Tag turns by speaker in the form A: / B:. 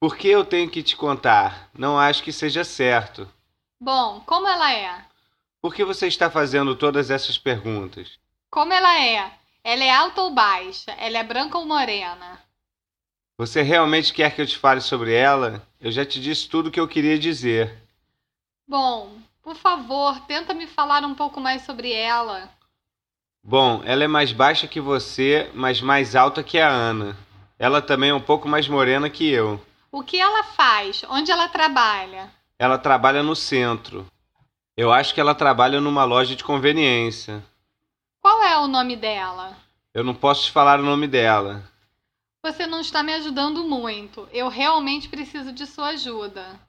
A: Por que eu tenho que te contar? Não acho que seja certo.
B: Bom, como ela é?
A: Por que você está fazendo todas essas perguntas?
B: Como ela é? Ela é alta ou baixa? Ela é branca ou morena?
A: Você realmente quer que eu te fale sobre ela? Eu já te disse tudo o que eu queria dizer.
B: Bom, por favor, tenta me falar um pouco mais sobre ela.
A: Bom, ela é mais baixa que você, mas mais alta que a Ana. Ela também é um pouco mais morena que eu.
B: O que ela faz? Onde ela trabalha?
A: Ela trabalha no centro. Eu acho que ela trabalha numa loja de conveniência.
B: Qual é o nome dela?
A: Eu não posso te falar o nome dela.
B: Você não está me ajudando muito. Eu realmente preciso de sua ajuda.